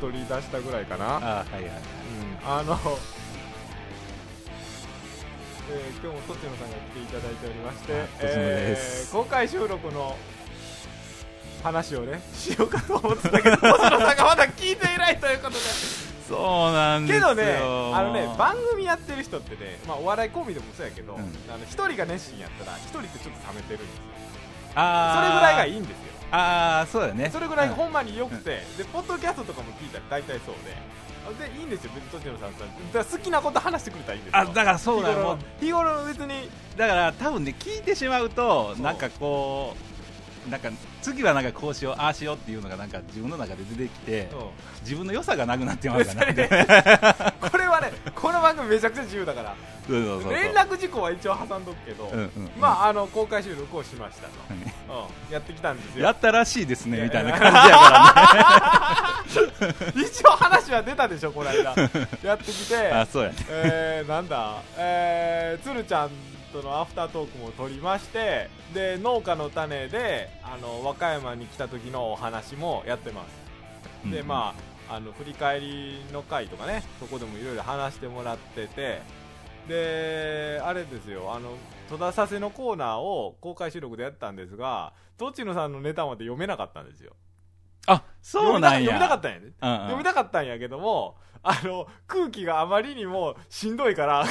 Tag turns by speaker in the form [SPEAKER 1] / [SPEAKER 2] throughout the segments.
[SPEAKER 1] 取り出したぐらいかな、うん、
[SPEAKER 2] あーはいはい
[SPEAKER 1] あの、えー今日も栃野さんが来ていただいておりまして
[SPEAKER 2] あ、栃野
[SPEAKER 1] え
[SPEAKER 2] です
[SPEAKER 1] ー公開収録の話をねしようかと思ってたけど栃野さんがまだ聞いていないということで
[SPEAKER 2] そうなんです
[SPEAKER 1] け
[SPEAKER 2] よ
[SPEAKER 1] どね、あのね
[SPEAKER 2] もう
[SPEAKER 1] 番組やってる人ってね、まあ、お笑いコンビでもそうやけど、
[SPEAKER 2] うん
[SPEAKER 1] あの一人が熱心やったら一人ってちょっと冷めてるんですよそ
[SPEAKER 2] あー
[SPEAKER 1] れぐらいがいいんですよ
[SPEAKER 2] ああそうだよね
[SPEAKER 1] それぐらいが
[SPEAKER 2] うん
[SPEAKER 1] ほんまに良くて、でポッドキャストとかも聞いたら大体そうででいいんですよ別に栃野さんさんだから好きなこと話してくれたらいいんですよ
[SPEAKER 2] あだからそうだよ
[SPEAKER 1] 日
[SPEAKER 2] も
[SPEAKER 1] 頃
[SPEAKER 2] う
[SPEAKER 1] 日頃別に
[SPEAKER 2] だから多分ね聞いてしまうと
[SPEAKER 1] そう
[SPEAKER 2] なんかこうなんか次はなんかこうしようああしようっていうのがなんか自分の中で出てきて自分の良さがなくなってますからね
[SPEAKER 1] これはねこの番組めちゃくちゃ自由だから
[SPEAKER 2] そうそうそうそう
[SPEAKER 1] 連絡事項は一応挟んどくけど、
[SPEAKER 2] うんうんうん
[SPEAKER 1] まああの公開収録をしましたと、うんやってきたんですよ
[SPEAKER 2] やったらしいですねみたいな感じやからね
[SPEAKER 1] 一応話は出たでしょこの 間やってきて
[SPEAKER 2] あそうやね
[SPEAKER 1] えー、なんだ、えー、つるちゃんとのアフタートークも撮りまして、で、農家の種で、あの、和歌山に来た時のお話もやってます。で、
[SPEAKER 2] あ
[SPEAKER 1] まあ、あの、振り返りの回とかね、そこでもいろいろ話してもらってて、で、あれですよ、あの、戸田させのコーナーを公開収録でやったんですが、栃野さんのネタまで読めなかったんですよ。
[SPEAKER 2] あそうなん
[SPEAKER 1] 読
[SPEAKER 2] や
[SPEAKER 1] みたかったんやね。
[SPEAKER 2] うんうん
[SPEAKER 1] 読みたかったんやけども、あの、空気があまりにもしんどい から、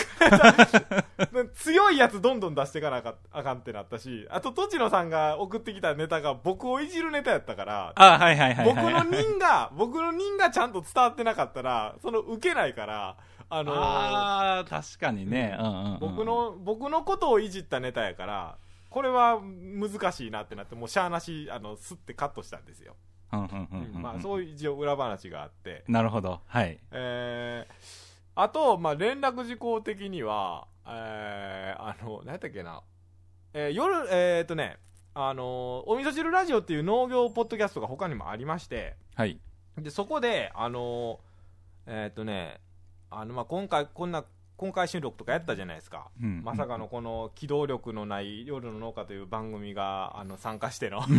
[SPEAKER 1] 強いやつどんどん出していかなあかあかんってなったし、あと、栃野さんが送ってきたネタが僕をいじるネタやったから、
[SPEAKER 2] あはいはいはい
[SPEAKER 1] 僕
[SPEAKER 2] はい
[SPEAKER 1] の人が、僕の人がちゃんと伝わってなかったら、その受けないから、あの
[SPEAKER 2] あー確かにね、うんうんうん
[SPEAKER 1] 僕の、僕のことをいじったネタやから、これは難しいなってなって、もうしゃあなし、あの、すってカットしたんですよ。
[SPEAKER 2] うんうんうんうんうん
[SPEAKER 1] まあ、そういう一応裏話があって、
[SPEAKER 2] なるほどはい
[SPEAKER 1] えー、あと、まあ、連絡事項的には、えー、あの、何やったっけな、えー、夜、えー、っとね、あのーお味噌汁ラジオっていう農業ポッドキャストが他にもありまして、
[SPEAKER 2] はい
[SPEAKER 1] で、そこで、あのーえー、っとね、あの、まあ、今回、こんな、今回収録とかやったじゃないですか。
[SPEAKER 2] うん
[SPEAKER 1] まさかのこの機動力のない夜の農家という番組があの参加しての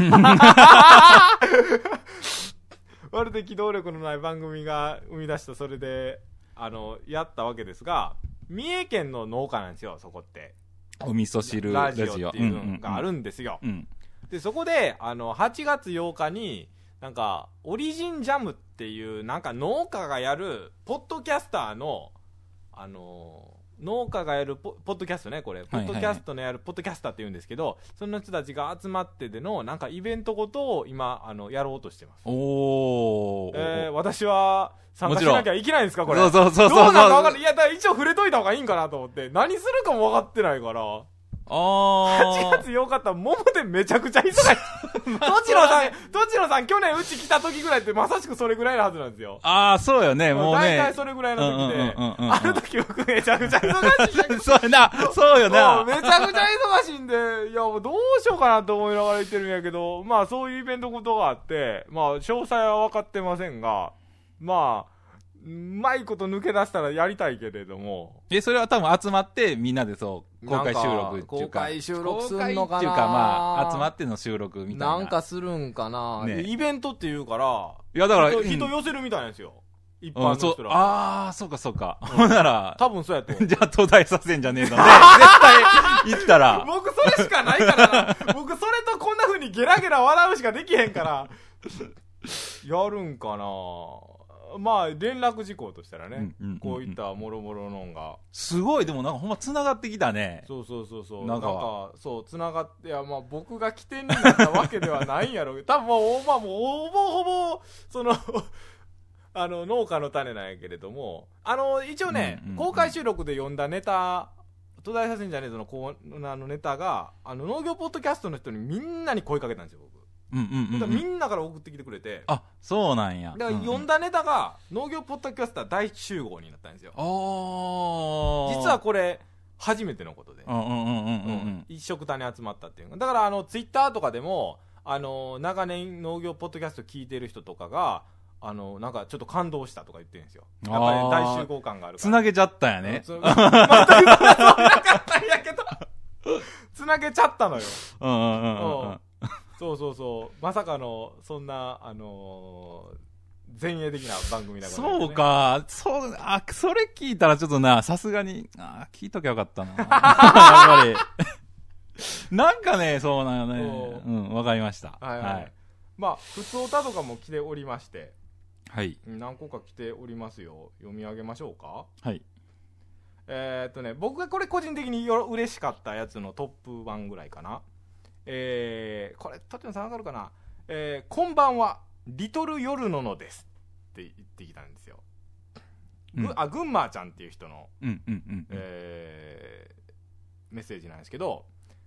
[SPEAKER 1] まるで機動力のない番組が生み出したそれであのやったわけですが三重県の農家なんですよそこって
[SPEAKER 2] お味噌汁
[SPEAKER 1] ラ
[SPEAKER 2] ラ
[SPEAKER 1] ジ
[SPEAKER 2] ジ
[SPEAKER 1] オ
[SPEAKER 2] オ
[SPEAKER 1] っていうのがあ
[SPEAKER 2] ん
[SPEAKER 1] るんですよ、
[SPEAKER 2] うんうん
[SPEAKER 1] でそこであの8月8日になんかオリジンジャムっていうなんか農家がやるポッドキャスターのあのー農家がやるポポッドキャストねこれポ
[SPEAKER 2] はい
[SPEAKER 1] ッ
[SPEAKER 2] はい
[SPEAKER 1] ドキャストのやるポッドキャスターって言うんですけど、その人たちが集まってでのなんかイベントごとを今あのやろうとしてます、
[SPEAKER 2] おー
[SPEAKER 1] えー、私は参加しなきゃいけないんですかこれ
[SPEAKER 2] そうそうそう
[SPEAKER 1] ど
[SPEAKER 2] そうう
[SPEAKER 1] なんか
[SPEAKER 2] そ
[SPEAKER 1] 分か
[SPEAKER 2] うん
[SPEAKER 1] ないいやだから一応触れといた方がいいんかなと思って何するかも分かってないから8
[SPEAKER 2] あ
[SPEAKER 1] 月8日って桃でめちゃくちゃ忙しい。どちらさん、どちらさん去年うち来た時ぐらいってまさしくそれぐらいのはずなんですよ。
[SPEAKER 2] ああーそうよ ねもう
[SPEAKER 1] 大
[SPEAKER 2] ね
[SPEAKER 1] 体それぐらいの時で、
[SPEAKER 2] うんうんうんうんうん
[SPEAKER 1] ある時僕めちゃくちゃ忙しい。
[SPEAKER 2] そうやなそうよ
[SPEAKER 1] もう
[SPEAKER 2] な
[SPEAKER 1] めちゃくちゃ忙しいんで、いやもうどうしようかなと思いながら言ってるんやけど、まあそういうイベントことがあって、まあ詳細は分かってませんが、まあ、うまいこと抜け出したらやりたいけれども、
[SPEAKER 2] えそれは多分集まってみんなでそう公開収録ってい
[SPEAKER 3] 公
[SPEAKER 2] うか
[SPEAKER 3] 開収録すんの
[SPEAKER 2] 公
[SPEAKER 3] かな
[SPEAKER 2] 開っていうかまあ集まっての収録みたいな
[SPEAKER 3] なんかするんかな、
[SPEAKER 2] ね
[SPEAKER 1] でイベントっていうから、
[SPEAKER 2] いやだから
[SPEAKER 1] 人
[SPEAKER 2] うん
[SPEAKER 1] 人寄せるみたいなんですよ。一般
[SPEAKER 2] う
[SPEAKER 1] の
[SPEAKER 2] ん、そう
[SPEAKER 1] 人、ら。
[SPEAKER 2] ああ、そうかそうか。ほんなら、
[SPEAKER 1] 多分そうやと思う。
[SPEAKER 2] じゃあ東大させんじゃねえぞね。絶対行ったら。
[SPEAKER 1] 僕それしかないからな。 僕それとこんな風にゲラゲラ笑うしかできへんから。 やるんかなまあ、連絡事項としたらね、
[SPEAKER 2] うんうんうんうん
[SPEAKER 1] こういったもろもろのんが、
[SPEAKER 2] すごい、でもなんかほんま繋がってきたね。
[SPEAKER 1] そうそうそうそう、な
[SPEAKER 2] なんん
[SPEAKER 1] か
[SPEAKER 2] か
[SPEAKER 1] そう、つながって、いや、まあ、僕が起点になったわけではないんやろうけど、多分もう、まあ、もうほぼほぼ、その、 あの、農家の種なんやけれども、あの、一応ね、
[SPEAKER 2] うんうんうん
[SPEAKER 1] 公開収録で読んだネタ、途絶えさせんじゃねえぞのコーナーのネタが、あの、農業ポッドキャストの人にみんなに声かけたんですよ、僕。
[SPEAKER 2] うんうんうんう
[SPEAKER 1] だからみ
[SPEAKER 2] ん。
[SPEAKER 1] んなから送ってきてくれて、
[SPEAKER 2] あ、そうなんや。
[SPEAKER 1] だから読んだネタが、農業ポッドキャスター大集合になったんですよ。
[SPEAKER 2] おー。
[SPEAKER 1] 実はこれ、初めてのことで。
[SPEAKER 2] うんうんうんうんうんうん。
[SPEAKER 1] 一色たに集まったっていうかだからあのツイッターとかでもあの長年農業ポッドキャスト聞いてる人とかがあのなんかちょっと感動したとか言ってるんですよやっぱり、ね、
[SPEAKER 2] あー
[SPEAKER 1] 大集合感があるから
[SPEAKER 2] 繋げちゃったんやね
[SPEAKER 1] つ。全く繋がなかったんやけどつなげちゃったのよ
[SPEAKER 2] うんうんうんうん
[SPEAKER 1] うんそうそうそうまさかのそんなあのー前衛的な番組だから、
[SPEAKER 2] そう。か、そう、あ、それ聞いたらちょっとな、さすがに、あ聞いときゃよかったな。 やっぱり。なんかね、そうなのね
[SPEAKER 1] おう。
[SPEAKER 2] うん、わかりました。
[SPEAKER 1] はいはい。
[SPEAKER 2] はい。
[SPEAKER 1] まあ、普通歌とかも来ておりまして、
[SPEAKER 2] はい。
[SPEAKER 1] うん何個か来ておりますよ。読み上げましょうか。
[SPEAKER 2] はい。
[SPEAKER 1] えーっとね、僕がこれ個人的によ嬉しかったやつのトップ1ぐらいかな。えー、これ、とちのさんわかるかな。えー、こんばんは、リトル夜ののです。って言ってきたんですよ。
[SPEAKER 2] うん
[SPEAKER 1] ぐあ、ぐんまーちゃんっていう人の、
[SPEAKER 2] うん、うん、うん。
[SPEAKER 1] えーメッセージなんですけど、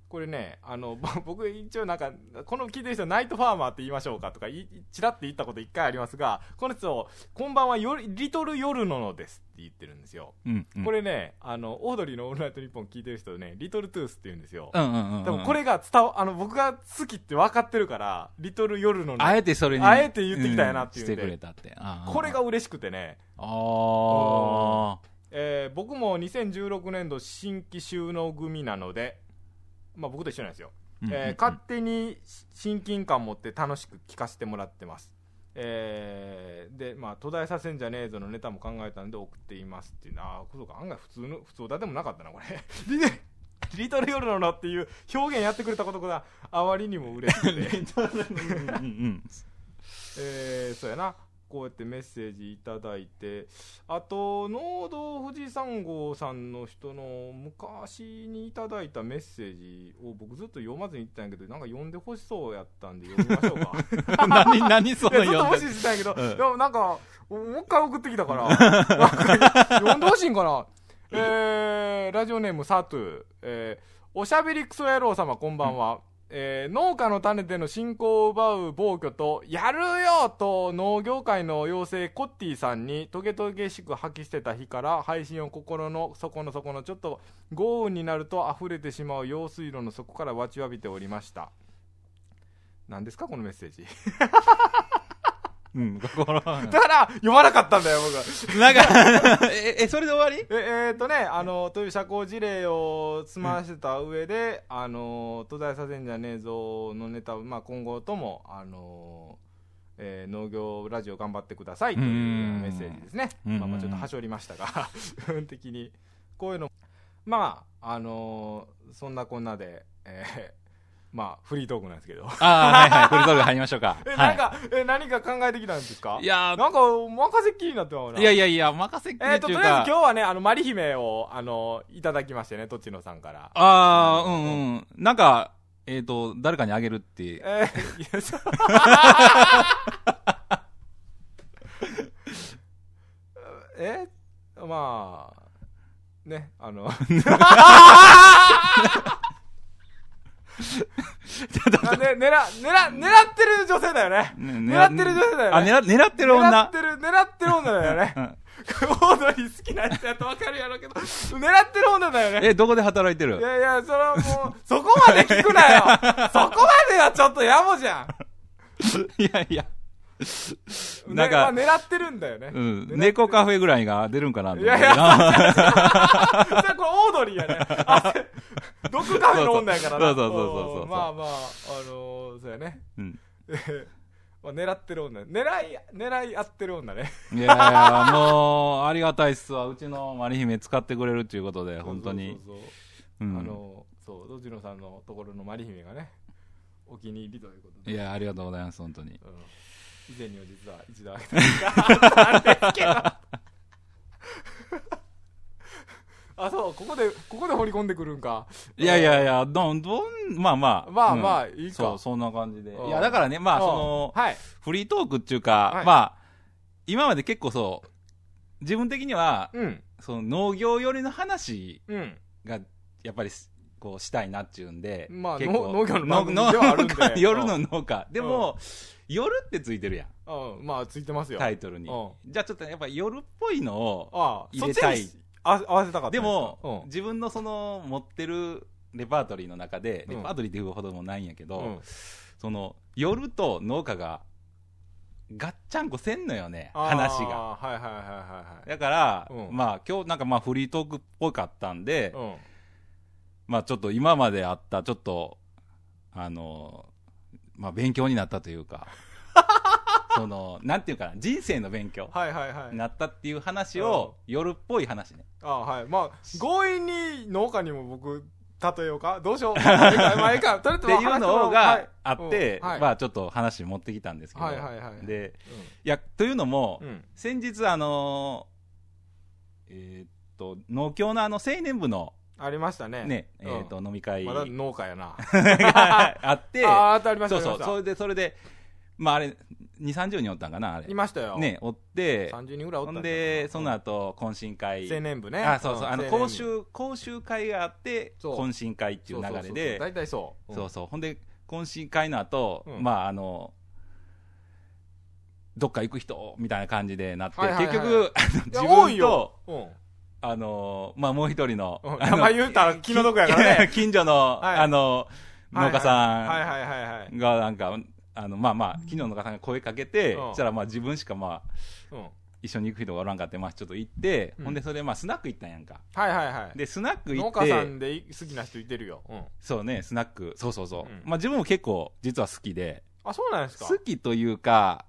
[SPEAKER 1] これね、あの、 ぼ僕一応なんか、この聞いてる人、ナイトファーマーって言いましょうかとか、いいちらって言ったこと一回ありますが、この人、こんばんはより、リトル夜ののですって言ってるんですよ。
[SPEAKER 2] うん、うん。
[SPEAKER 1] こ、れね、あの、オードリーのオールナイトニッポン聞いてる人ね、リトルトゥースって言うんですよ。
[SPEAKER 2] うん、うん、うん。
[SPEAKER 1] 多分こ、れが伝わ、あの、僕が好きって分かってるから、リトル夜のの
[SPEAKER 2] あえてそれに。
[SPEAKER 1] あえて言ってきたんやなっていうん
[SPEAKER 2] し
[SPEAKER 1] で
[SPEAKER 2] てくれたって。あー
[SPEAKER 1] これが、嬉しくてね、
[SPEAKER 2] ああ。
[SPEAKER 1] えー僕も2016年度新規収納組なので、まあ、僕と一緒なんですよ、
[SPEAKER 2] うんうんう
[SPEAKER 1] えー
[SPEAKER 2] ん
[SPEAKER 1] 勝手に親近感持って楽しく聞かせてもらってます、えーで、まあ、途絶えさせんじゃねえぞのネタも考えたんで送っていますっていうああそうか案外普通の普通だでもなかったなこれ リリトル夜ののっていう表現やってくれたことがあまりにも嬉しくて
[SPEAKER 2] うんうん
[SPEAKER 1] えー、そうやなこうやってメッセージいただいてあと農道富士山号さんの人の昔にいただいたメッセージを僕ずっと読まずに言ってたんやけどなんか読んでほしそうやったんで読みましょうか
[SPEAKER 2] うん。 何、何そ
[SPEAKER 1] いや
[SPEAKER 2] の
[SPEAKER 1] ずっと
[SPEAKER 2] 呼ん
[SPEAKER 1] 無
[SPEAKER 2] だ
[SPEAKER 1] 視してたんやけど、
[SPEAKER 2] うん
[SPEAKER 1] でもなんかもう一回送ってきたから なんか読んでほしいんかなえー、ラジオネームサトゥ、えー、おしゃべりクソ野郎様こんばんは、えー農家の種での信仰を奪う暴挙と、やるよと農業界の妖精コッティさんにトゲトゲしく吐き捨てた日から配信を心の底の底のちょっと豪雨になると溢れてしまう用水路の底から待ちわびておりました。何ですかこのメッセージ。
[SPEAKER 2] うん、心は
[SPEAKER 1] だから読まなかったんだよ、僕は。
[SPEAKER 2] なんか、 え、え、それで終わり
[SPEAKER 1] ええーとね、あのという社交辞令を済ませた上で、あの途絶えさせんじゃねえぞのネタを、まあ、今後とも、あのえー農業ラジオ頑張ってくださいという
[SPEAKER 2] うん
[SPEAKER 1] メッセージですね、
[SPEAKER 2] うん
[SPEAKER 1] まあ、まあちょっとはしょりましたが、 部分的に、こういうの、まあ、あのそんなこんなで、えーまあ、フリートークなんですけど、
[SPEAKER 2] ああ、はいはい。フルトーク入りましょうか。
[SPEAKER 1] え
[SPEAKER 2] は
[SPEAKER 1] ないんか、え何か考えてきたんですか
[SPEAKER 2] いや
[SPEAKER 1] なんか、任せっきりになってまうな。
[SPEAKER 2] ー、いやいやいや、任せっきり
[SPEAKER 1] えー、
[SPEAKER 2] っ
[SPEAKER 1] と、
[SPEAKER 2] てい
[SPEAKER 1] と
[SPEAKER 2] う
[SPEAKER 1] りあえ
[SPEAKER 2] か。
[SPEAKER 1] ず今日はね、あの、マリ姫を、あの、いただきましてね、とちのさん から。
[SPEAKER 2] ああ、うんうん。なんか、えっ、と、誰かにあげるって。
[SPEAKER 1] えー、いや、そう。えまあ、ね、あ の、あね、狙、狙、狙ってる女性だよね。
[SPEAKER 2] ね
[SPEAKER 1] 狙ってる女性だよ
[SPEAKER 2] あ、
[SPEAKER 1] ね。
[SPEAKER 2] 狙狙ってる
[SPEAKER 1] 狙っ
[SPEAKER 2] 女。
[SPEAKER 1] てる、狙ってる女だよね。
[SPEAKER 2] うん
[SPEAKER 1] オードリー好きな人やとわかるやろうけど、狙ってる女だよね。
[SPEAKER 2] え、どこで働いて
[SPEAKER 1] い
[SPEAKER 2] る
[SPEAKER 1] やいや、それはもう、 そこまで聞くなよ そこまではちょっと野暮じゃ
[SPEAKER 2] いやいや。
[SPEAKER 1] ん
[SPEAKER 2] なんか
[SPEAKER 1] ねまあ狙ってるんだよね。
[SPEAKER 2] うん
[SPEAKER 1] 狙っ。て
[SPEAKER 2] 猫カフェぐらいが出るんかなと思って
[SPEAKER 1] いやい
[SPEAKER 2] な
[SPEAKER 1] あ それこれオードリーやね。あ 毒カフェの女やからな。
[SPEAKER 2] そうそうそうそうそうそう
[SPEAKER 1] おーまあまあ、あのー、そうやね。
[SPEAKER 2] うん
[SPEAKER 1] えーまあ狙ってる女。狙い、狙い合ってる女ね。
[SPEAKER 2] いやい や、もう、ありがたいっすわ。うちのマリ姫使ってくれるっていうことで、本当に。
[SPEAKER 1] そうそうそう
[SPEAKER 2] う
[SPEAKER 1] そう。あ
[SPEAKER 2] ん。
[SPEAKER 1] のー、そう、どちのさんのところのマリ姫がね、お気に入りということで。
[SPEAKER 2] いや、ありがとうございます、本当に。
[SPEAKER 1] うん以前には実は一度あげたんですけどあそうここでここで掘り込んでくるんか
[SPEAKER 2] いやいやいや、どん、どん、まあまあ。
[SPEAKER 1] まあ
[SPEAKER 2] うん
[SPEAKER 1] まあいいか
[SPEAKER 2] そう、そんな感じで。
[SPEAKER 1] うん
[SPEAKER 2] いや、だからね、まあ、
[SPEAKER 1] うん
[SPEAKER 2] その、
[SPEAKER 1] はい
[SPEAKER 2] フリートークっていうか、
[SPEAKER 1] はい
[SPEAKER 2] まあ、今まで結構そう、自分的には、
[SPEAKER 1] うん
[SPEAKER 2] その農業寄りの話
[SPEAKER 1] うん
[SPEAKER 2] が、やっぱりす、こう、したいなっていうんで、
[SPEAKER 1] まあ
[SPEAKER 2] 結
[SPEAKER 1] の農業の番組
[SPEAKER 2] の
[SPEAKER 1] ではあるんで
[SPEAKER 2] 農家夜
[SPEAKER 1] う
[SPEAKER 2] の農家。でも、夜ってついてるやん、
[SPEAKER 1] うんまあついてますよ
[SPEAKER 2] タ
[SPEAKER 1] あ
[SPEAKER 2] イトルに
[SPEAKER 1] うん。
[SPEAKER 2] じゃあちょっとやっぱ夜っぽいのを、
[SPEAKER 1] あ
[SPEAKER 2] 入れたい
[SPEAKER 1] そっちにあ合わせたかったん
[SPEAKER 2] です
[SPEAKER 1] か
[SPEAKER 2] も、自分のその、持ってるレパートリーの中で、
[SPEAKER 1] うん
[SPEAKER 2] レパートリーっていうほどもないんやけ
[SPEAKER 1] う
[SPEAKER 2] ど、
[SPEAKER 1] んうん
[SPEAKER 2] その、夜と農家が、がっちゃんこせんのよね、話が。
[SPEAKER 1] あーはいはいはい
[SPEAKER 2] だから、
[SPEAKER 1] うん
[SPEAKER 2] まあ今日なんかまあフリートークっぽかったんで、
[SPEAKER 1] はいはいうん
[SPEAKER 2] まあちょっと今まであったちょっ と、あの、まあ勉強になったというか、その、なんていうかな、人生の勉強
[SPEAKER 1] はいはいはい
[SPEAKER 2] になったっていう話を、夜っぽい話ね。
[SPEAKER 1] あはいまあ強引に農家にも僕例えようかどうし ようまあええかまあええかとりあえ
[SPEAKER 2] っ
[SPEAKER 1] ず
[SPEAKER 2] ていうの
[SPEAKER 1] は
[SPEAKER 2] が
[SPEAKER 1] い
[SPEAKER 2] あって、
[SPEAKER 1] うんはい
[SPEAKER 2] まあちょっと話持ってきたんですけど。
[SPEAKER 1] はいはいはい
[SPEAKER 2] で、いや、というのも、
[SPEAKER 1] うん
[SPEAKER 2] 先日あのーえーっと、農協のあの青年部の
[SPEAKER 1] ありましたね
[SPEAKER 2] ね、
[SPEAKER 1] うん
[SPEAKER 2] えーっと、飲み会
[SPEAKER 1] ま
[SPEAKER 2] が
[SPEAKER 1] だ農家やな
[SPEAKER 2] あっ て、
[SPEAKER 1] ああーありました
[SPEAKER 2] そ
[SPEAKER 1] あ
[SPEAKER 2] う
[SPEAKER 1] りまし
[SPEAKER 2] そう、
[SPEAKER 1] た
[SPEAKER 2] それで、それで、まああれ、2、30人おったんかな、あれ
[SPEAKER 1] い。ましたよ
[SPEAKER 2] ね、おって、
[SPEAKER 1] 30人ぐらいおった
[SPEAKER 2] ほん
[SPEAKER 1] ちゃう
[SPEAKER 2] で、
[SPEAKER 1] か
[SPEAKER 2] その後、懇親会。
[SPEAKER 1] 青年部ね
[SPEAKER 2] あ、そうそう、
[SPEAKER 1] ん
[SPEAKER 2] あの、
[SPEAKER 1] 青年部
[SPEAKER 2] 講習、講習会があって、
[SPEAKER 3] そう
[SPEAKER 2] 懇親会っていう流れ
[SPEAKER 1] そ
[SPEAKER 2] で、
[SPEAKER 1] うそうそう大体そう
[SPEAKER 2] そうそう。ほんで、懇親会の後、
[SPEAKER 1] うん
[SPEAKER 2] まあ、あの、どっか行く人、みたいな感じでなって、
[SPEAKER 1] はいはいはい
[SPEAKER 2] 結局、あの
[SPEAKER 1] いや
[SPEAKER 2] 自
[SPEAKER 1] 多い
[SPEAKER 2] 分
[SPEAKER 1] よ
[SPEAKER 2] と、
[SPEAKER 1] うん
[SPEAKER 2] あの、まあ、もう一人の、
[SPEAKER 1] うん
[SPEAKER 2] あ
[SPEAKER 1] 名
[SPEAKER 2] の
[SPEAKER 1] 前言うたら気の毒やから ね
[SPEAKER 2] 近所の、
[SPEAKER 1] はい
[SPEAKER 2] あの、農家
[SPEAKER 1] はい
[SPEAKER 2] さ
[SPEAKER 1] はいはいはいはい
[SPEAKER 2] んが、なんか、あの、まあまあ、近所の農家さんが声かけて、
[SPEAKER 1] うん
[SPEAKER 2] そしたら、まあ、自分しか、まあ、
[SPEAKER 1] うん
[SPEAKER 2] 一緒に行く人がおらんかって、まあ、ちょっと行って、
[SPEAKER 1] うん
[SPEAKER 2] ほんで、それで、まあ、スナック行ったんやんか。
[SPEAKER 1] はいはいはい
[SPEAKER 2] で、スナック行
[SPEAKER 1] 農
[SPEAKER 2] っ
[SPEAKER 1] 家さん
[SPEAKER 2] て、
[SPEAKER 1] で好きな人いてるようん
[SPEAKER 2] そうね、スナック、そうそうそう。
[SPEAKER 1] うん
[SPEAKER 2] まあ、自分も結構、実は好きで、
[SPEAKER 1] あそうなんですか
[SPEAKER 2] 好きというか、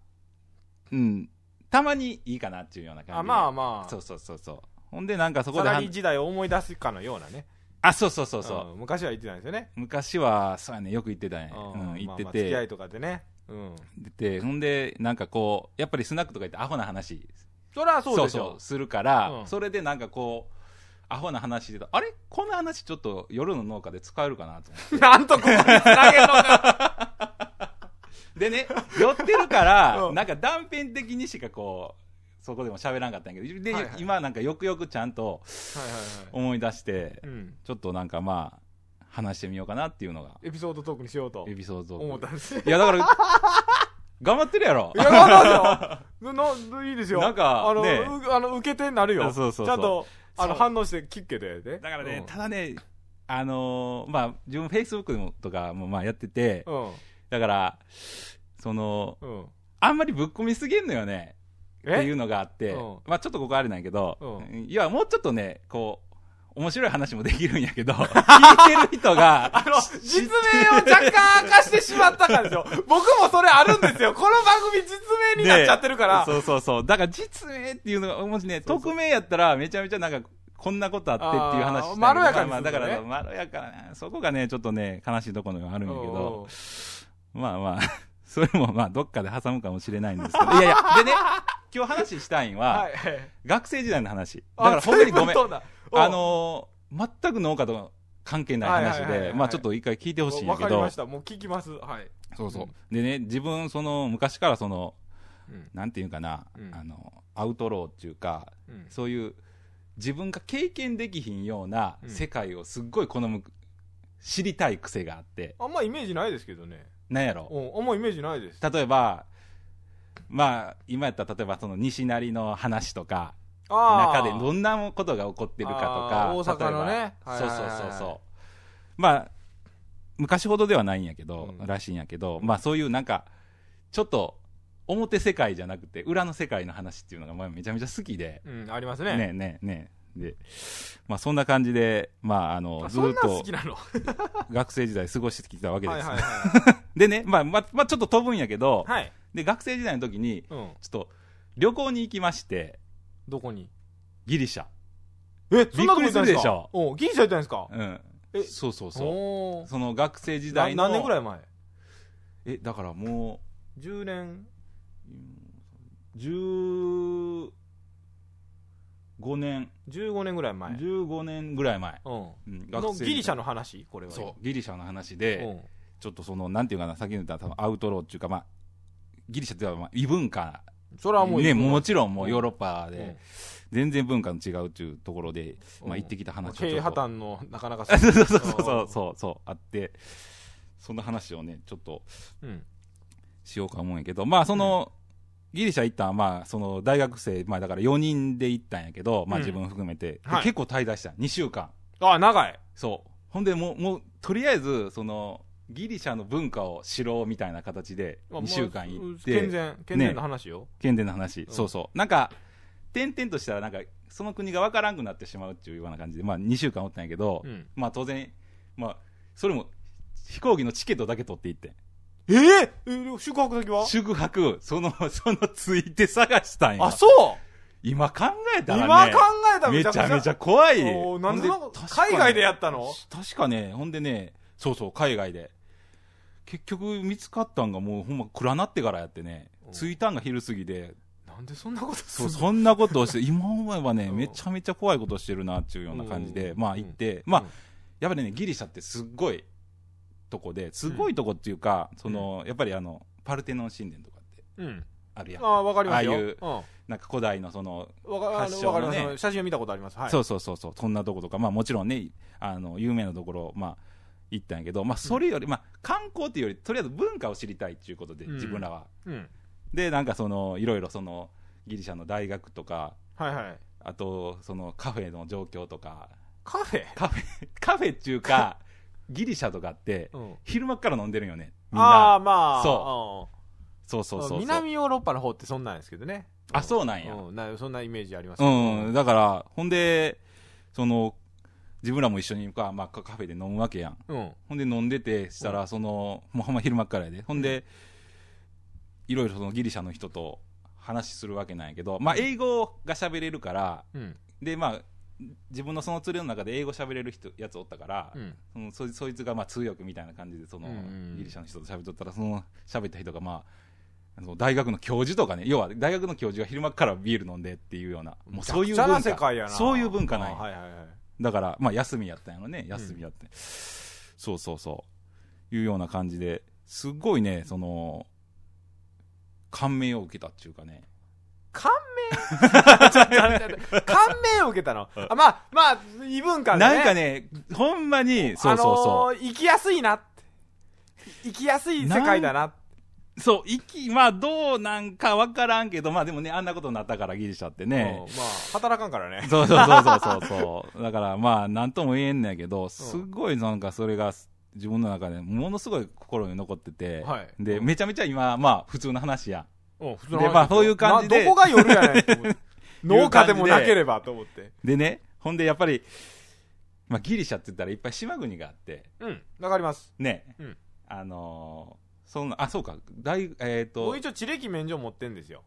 [SPEAKER 2] うん、たまにいいかなっていうような感じで。
[SPEAKER 1] あまあまあ
[SPEAKER 2] そうそうそうそう。ほんで、なんかそこ
[SPEAKER 1] サ
[SPEAKER 2] で
[SPEAKER 1] ラ
[SPEAKER 2] はん
[SPEAKER 1] リー時代を思い出すかのようなね
[SPEAKER 2] あ、そうそうそうそう。
[SPEAKER 1] ん昔は言ってたんですよね
[SPEAKER 2] 昔は、そうやね、よく行ってたね。うん、行って
[SPEAKER 1] まあまあ付き合
[SPEAKER 2] て、
[SPEAKER 1] いとかでねうん
[SPEAKER 2] 出て、ほんで、なんかこう、やっぱりスナックとか行ってアホな話、
[SPEAKER 1] そりゃそうでし
[SPEAKER 2] そ
[SPEAKER 1] ょ
[SPEAKER 2] うするから、
[SPEAKER 1] うん
[SPEAKER 2] それでなんかこう、アホな話でた、あれこんな話ちょっと夜の農家で使えるかなと 思っ
[SPEAKER 1] なんとここに繋げんのか
[SPEAKER 2] て。でね、寄ってるから、
[SPEAKER 1] うん
[SPEAKER 2] なんか断片的にしかこう、そこでも喋らんかったんやけど、で、
[SPEAKER 1] はいはい
[SPEAKER 2] 今なんかよくよくちゃんと、
[SPEAKER 1] はいはいはい
[SPEAKER 2] 思い出して、
[SPEAKER 1] うん
[SPEAKER 2] ちょっとなんかまあ、話してみようかなっていうのが、
[SPEAKER 1] エピソードトークにしようと
[SPEAKER 2] エピソード。
[SPEAKER 1] 思ったんですい
[SPEAKER 2] いや、だから、頑張ってるやろ。
[SPEAKER 1] や頑張るよ なないいですよ
[SPEAKER 2] なんか
[SPEAKER 1] あの,、
[SPEAKER 2] ね
[SPEAKER 1] うあの受け手になるよ
[SPEAKER 2] あそうそうそう
[SPEAKER 1] ちゃんとあの
[SPEAKER 2] そう
[SPEAKER 1] 反応して聞けてね
[SPEAKER 2] だからね、ただね、あのーまあ、自分、フェイスブックとかもまあやってて、
[SPEAKER 1] うんうん
[SPEAKER 2] だから、その、
[SPEAKER 1] うん
[SPEAKER 2] あんまりぶっ込みすぎんのよね、ってい
[SPEAKER 1] え
[SPEAKER 2] うのがあって、
[SPEAKER 1] うん
[SPEAKER 2] まあ、ちょっとここあれなんやけど、
[SPEAKER 1] う
[SPEAKER 2] いや、もうちょっとね、こう、面白い話もできるん やけど、聞いてる人が、
[SPEAKER 1] あの、実名を若干明かしてしまったから ですよ。僕もそれあるんですよ。この番組実名になっちゃってるから。
[SPEAKER 2] そうそうそう。だから実名っていうのが、もしね、
[SPEAKER 1] そうそう
[SPEAKER 2] 匿名やったら、めちゃめちゃなんか、こんなことあってっていう
[SPEAKER 1] あ
[SPEAKER 2] 話
[SPEAKER 1] ー
[SPEAKER 2] したん
[SPEAKER 1] まろやかに
[SPEAKER 2] まあまあ、だ
[SPEAKER 1] す
[SPEAKER 2] か
[SPEAKER 1] るのね
[SPEAKER 2] ら、まろやかな、そこがね、ちょっとね、悲しいところがあるんやけど、まあ まあ、それもまあ、どっかで挟むかもしれないんですけど、いやいや、でね、今日話したいんは、
[SPEAKER 1] はい。
[SPEAKER 2] 学生時代の話。だ
[SPEAKER 1] あ
[SPEAKER 2] から、本当にご
[SPEAKER 1] 随
[SPEAKER 2] めん。
[SPEAKER 1] 分飛んだお
[SPEAKER 2] あのー全く農家と関係ない話
[SPEAKER 1] はいはいはいは
[SPEAKER 2] で
[SPEAKER 1] い、
[SPEAKER 2] まあ、ちょっと一回聞いてほしいんや
[SPEAKER 1] わ
[SPEAKER 2] け
[SPEAKER 1] かり
[SPEAKER 2] ど
[SPEAKER 1] まし、た。もう聞きます。はい。
[SPEAKER 2] そうそう。でね、自分、その、昔からその、
[SPEAKER 1] うん。
[SPEAKER 2] なんていうんかな、
[SPEAKER 1] うん
[SPEAKER 2] あの、アウトローっていうか、
[SPEAKER 1] うん
[SPEAKER 2] そういう自分が経験できひんような
[SPEAKER 1] うん
[SPEAKER 2] 世界をすっごい好む、知りたい癖があって、
[SPEAKER 1] あんまイメージないですけどね。
[SPEAKER 2] なんやろ
[SPEAKER 1] うん。あんまイメージないです。
[SPEAKER 2] 例えば、まあ、今やったら例えばその西成の話とか、
[SPEAKER 1] あ
[SPEAKER 2] 中で
[SPEAKER 1] っ
[SPEAKER 2] どんなことが起こってるかと
[SPEAKER 1] あー
[SPEAKER 2] か、
[SPEAKER 1] 大阪のね
[SPEAKER 2] 例えば
[SPEAKER 1] はい
[SPEAKER 2] そ
[SPEAKER 1] は
[SPEAKER 2] う
[SPEAKER 1] いはい
[SPEAKER 2] そ
[SPEAKER 1] は
[SPEAKER 2] う
[SPEAKER 1] い
[SPEAKER 2] そうそう。まあ、昔ほどではないんやけど、
[SPEAKER 1] うん
[SPEAKER 2] らしいんやけど、まあそういうなんか、ちょっと、表世界じゃなくて、裏の世界の話っていうのがまあめちゃめちゃ好きで、
[SPEAKER 1] うん、ありますね。
[SPEAKER 2] ねえねえねえで、まあそんな感じで、まああの、
[SPEAKER 1] あ
[SPEAKER 2] ず
[SPEAKER 1] そ
[SPEAKER 2] ー
[SPEAKER 1] ん
[SPEAKER 2] っ
[SPEAKER 1] なん好
[SPEAKER 2] と
[SPEAKER 1] きなのは
[SPEAKER 2] 学生時代過ごしてきたわ
[SPEAKER 1] い
[SPEAKER 2] けで
[SPEAKER 1] は
[SPEAKER 2] す。
[SPEAKER 1] いはい。
[SPEAKER 2] でね、まあ、まあ、まあ、ちょっと飛ぶんやけ ど、
[SPEAKER 1] はい。
[SPEAKER 2] で、学生時代の時に、
[SPEAKER 1] うん。
[SPEAKER 2] ちょっと旅行に行きまして、
[SPEAKER 1] どこに
[SPEAKER 2] ギリシャ。
[SPEAKER 1] え、そんなとこ行ったんですか
[SPEAKER 2] びっくりするでしょ
[SPEAKER 1] うん。ギリシャ行ったんですか
[SPEAKER 2] うん。
[SPEAKER 1] え
[SPEAKER 2] そうそうそう。
[SPEAKER 1] おー
[SPEAKER 2] その学生時
[SPEAKER 1] な
[SPEAKER 2] 代の。
[SPEAKER 1] 何年ぐら
[SPEAKER 2] い
[SPEAKER 1] い前
[SPEAKER 2] え、だからも
[SPEAKER 1] ?10 年。
[SPEAKER 2] う、15年、
[SPEAKER 1] 15年ぐらい前。
[SPEAKER 2] 15年ぐらい前。
[SPEAKER 1] うん。
[SPEAKER 2] うん、
[SPEAKER 1] のギリシャ
[SPEAKER 2] の。
[SPEAKER 1] の話これは。
[SPEAKER 2] そう、ギリシャの話で、
[SPEAKER 1] うん。
[SPEAKER 2] ちょっとその、なんていうかな、先に言った多分アウトローっていうか、まあ、ギリシャっていうのはまあ異文化。
[SPEAKER 1] それはもう。
[SPEAKER 2] ね、ももちろんもうヨーロッパ
[SPEAKER 1] う
[SPEAKER 2] で
[SPEAKER 1] ん、
[SPEAKER 2] 全然文化の違うっていうところで、
[SPEAKER 1] うん
[SPEAKER 2] まあ行ってきた話をち
[SPEAKER 1] 経営
[SPEAKER 2] ょ
[SPEAKER 1] 破
[SPEAKER 2] っと。
[SPEAKER 1] 綻のなかなか
[SPEAKER 2] あ そうそうそう
[SPEAKER 1] うん
[SPEAKER 2] そうそうそう、あって、そんな話をね、ちょっと
[SPEAKER 1] うん
[SPEAKER 2] しようか思うんやけど、まあその、ギリシャ行ったんは、まあその大学生、まあだから4人で行ったんやけど、ま
[SPEAKER 1] う
[SPEAKER 2] あ
[SPEAKER 1] ん
[SPEAKER 2] 自分含めて、で
[SPEAKER 1] はい
[SPEAKER 2] 結構滞在した。2週間。
[SPEAKER 1] あ長い
[SPEAKER 2] そう。ほんでもう、もう、とりあえず、その、ギリシャの文化を知ろうみたいな形で、
[SPEAKER 1] まあ
[SPEAKER 2] 2週間行って。
[SPEAKER 1] 健全健全の話よ
[SPEAKER 2] 県での話、
[SPEAKER 1] うん
[SPEAKER 2] そうそう。なんか、点々としたら、なんか、その国がわからんくなってしまうっていうような感じで、まあ、2週間おったんやけど、
[SPEAKER 1] うん
[SPEAKER 2] まあ、当然、まあ、それも、飛行機のチケットだけ取っていってん。
[SPEAKER 1] えーえ宿泊先は
[SPEAKER 2] 宿泊、その、そのついて探したんや。
[SPEAKER 1] あ、そう
[SPEAKER 2] 今考えたらね。
[SPEAKER 1] 今考えたら
[SPEAKER 2] め
[SPEAKER 1] め
[SPEAKER 2] ち
[SPEAKER 1] ち
[SPEAKER 2] ゃ
[SPEAKER 1] ゃ
[SPEAKER 2] め
[SPEAKER 1] め
[SPEAKER 2] ち
[SPEAKER 1] ちゃ
[SPEAKER 2] ゃ怖い。
[SPEAKER 1] おーなんで
[SPEAKER 2] ほ確か
[SPEAKER 1] 海外でやったの
[SPEAKER 2] 確かね、ほんでね、そうそう、海外で。結局見つかったんがもうほんま暗なってからやってね
[SPEAKER 1] う、ん
[SPEAKER 2] 着いたんが昼過ぎで、
[SPEAKER 1] なんでそんなことす
[SPEAKER 2] そ
[SPEAKER 1] る
[SPEAKER 2] う
[SPEAKER 1] の
[SPEAKER 2] そんなこと をして、今思えばね、
[SPEAKER 1] うん
[SPEAKER 2] めちゃめちゃ怖いことしてるなっていうような感じで、
[SPEAKER 1] うん
[SPEAKER 2] まあ行って、
[SPEAKER 1] うん
[SPEAKER 2] まあ、やっぱりね、ギリシャってすっごいとこで、すごいとこっていうか、その、やっぱりあの、パルテノン神殿とかって
[SPEAKER 1] うん
[SPEAKER 2] あるやん
[SPEAKER 1] あ。あわかりますよ
[SPEAKER 2] ああいう
[SPEAKER 1] うん
[SPEAKER 2] なんか古代のその、
[SPEAKER 1] わかあ
[SPEAKER 2] 発
[SPEAKER 1] の
[SPEAKER 2] 祥
[SPEAKER 1] わか
[SPEAKER 2] のね
[SPEAKER 1] りますその写真を見たことありますはい
[SPEAKER 2] そううそうそうそう、そんなとことか、まあもちろんね、あの、有名なところ、まあ、行ったんやけど、まあそれより、まあ観光っていうより、とりあえず文化を知りたいっていうことで、
[SPEAKER 1] うん
[SPEAKER 2] 自分らは。
[SPEAKER 1] うん
[SPEAKER 2] で、なんかその、いろいろその、ギリシャの大学とか、
[SPEAKER 1] はいはい
[SPEAKER 2] あと、そのカフェの状況とか、
[SPEAKER 1] カフェ
[SPEAKER 2] カフェ、カフェっていう か、ギリシャとかって、
[SPEAKER 1] うん
[SPEAKER 2] 昼間っから飲んでるんよね。みん
[SPEAKER 1] ああ
[SPEAKER 2] な。
[SPEAKER 1] ーまあう
[SPEAKER 2] そ
[SPEAKER 1] ん
[SPEAKER 2] そうそうそうそう。
[SPEAKER 1] 南ヨーロッパの方ってそんなんですけどね
[SPEAKER 2] あ、そうなんや。
[SPEAKER 1] うんなそんなイメージありますけど
[SPEAKER 2] うん、だから、ほんで、その、自分らも一緒に、まあ、カフェで飲むわけやん。
[SPEAKER 1] うん
[SPEAKER 2] ほんで飲んでてしたら、その、もうほんま昼間っからやで。ほんで、いろいろそのギリシャの人と話するわけなんやけど、まあ、英語が喋れるから、
[SPEAKER 1] うん
[SPEAKER 2] で、まあ、自分のその連れの中で英語喋れる人やつおったから、
[SPEAKER 1] うん
[SPEAKER 2] そのそいそいつがまあ通訳みたいな感じでその
[SPEAKER 1] うんうん
[SPEAKER 2] ギリシャの人と喋っとったらその喋った人がまあその大学の教授とかね要は大学の教授が昼間からビール飲んでっていうようなもうそうい
[SPEAKER 1] め
[SPEAKER 2] う
[SPEAKER 1] ちゃくちゃ
[SPEAKER 2] 文
[SPEAKER 1] な世界や
[SPEAKER 2] 化
[SPEAKER 1] な
[SPEAKER 2] そういう文化ない、
[SPEAKER 1] あはいはいはい
[SPEAKER 2] だからまあ休みやったんやろね休みやって、そうそうそういうような感じですごいねその感銘を受けたっていうかね
[SPEAKER 1] 感銘感銘を受けた の。あまあ、まあ、異文化でね。
[SPEAKER 2] なんかねほんまにそうそうそう、
[SPEAKER 1] あのー、生きやすいなって。生きやすい世界だな。
[SPEAKER 2] そう、息、まあ、どうなんかわからんけど、まあでもね、あんなことになったから、ギリシャってね。
[SPEAKER 1] うんまあ、働かんからね。
[SPEAKER 2] そうそうそうそうそうそう。 だから、まあ、なんとも言えんねんやけど、すごいなんかそれが、自分の中でものすごい心に残ってて、
[SPEAKER 1] はい
[SPEAKER 2] で、
[SPEAKER 1] うん
[SPEAKER 2] めちゃめちゃ今、まあ、普通の話やん。
[SPEAKER 1] うん、普
[SPEAKER 2] でまあそういう感じで
[SPEAKER 1] などこが夜やねん と思って。農家でもなければと思って。
[SPEAKER 2] でね、ほんでやっぱり、まあ、ギリシャって言ったらいっぱい島国があって、
[SPEAKER 1] うん、わかります。
[SPEAKER 2] ね、
[SPEAKER 1] うん
[SPEAKER 2] あのーそんな、あ、そうか、大、えっ、と
[SPEAKER 1] 僕、一応、地歴免除持ってんですよ。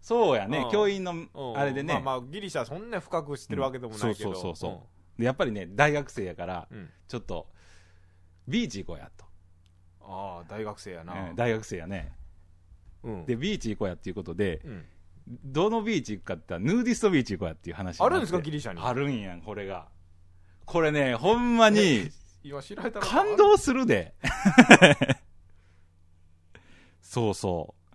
[SPEAKER 2] そうやね
[SPEAKER 1] う、ん
[SPEAKER 2] 教員の
[SPEAKER 1] うん、
[SPEAKER 2] あれでね、
[SPEAKER 1] まあまあ、ギリシャはそんな深く知ってるわけでもないけど。
[SPEAKER 2] うんそうそうそうでやっぱりね、大学生やから、
[SPEAKER 1] うん。うん
[SPEAKER 2] ちょっと、ビーチ行こうやと。
[SPEAKER 1] ああ、大学生やな。
[SPEAKER 2] うん大学生やね。
[SPEAKER 1] うん。
[SPEAKER 2] で、ビーチ行こうやっていうことで、
[SPEAKER 1] うん
[SPEAKER 2] どのビーチ行くかって言ったら、ヌーディストビーチ行こうやっていう話にな
[SPEAKER 1] あ
[SPEAKER 2] って
[SPEAKER 1] るんですか、ギリシャに。
[SPEAKER 2] あるんやん、これが。これね、ほんまに、
[SPEAKER 1] 今、知られたら
[SPEAKER 2] 感動するで。 そうそう。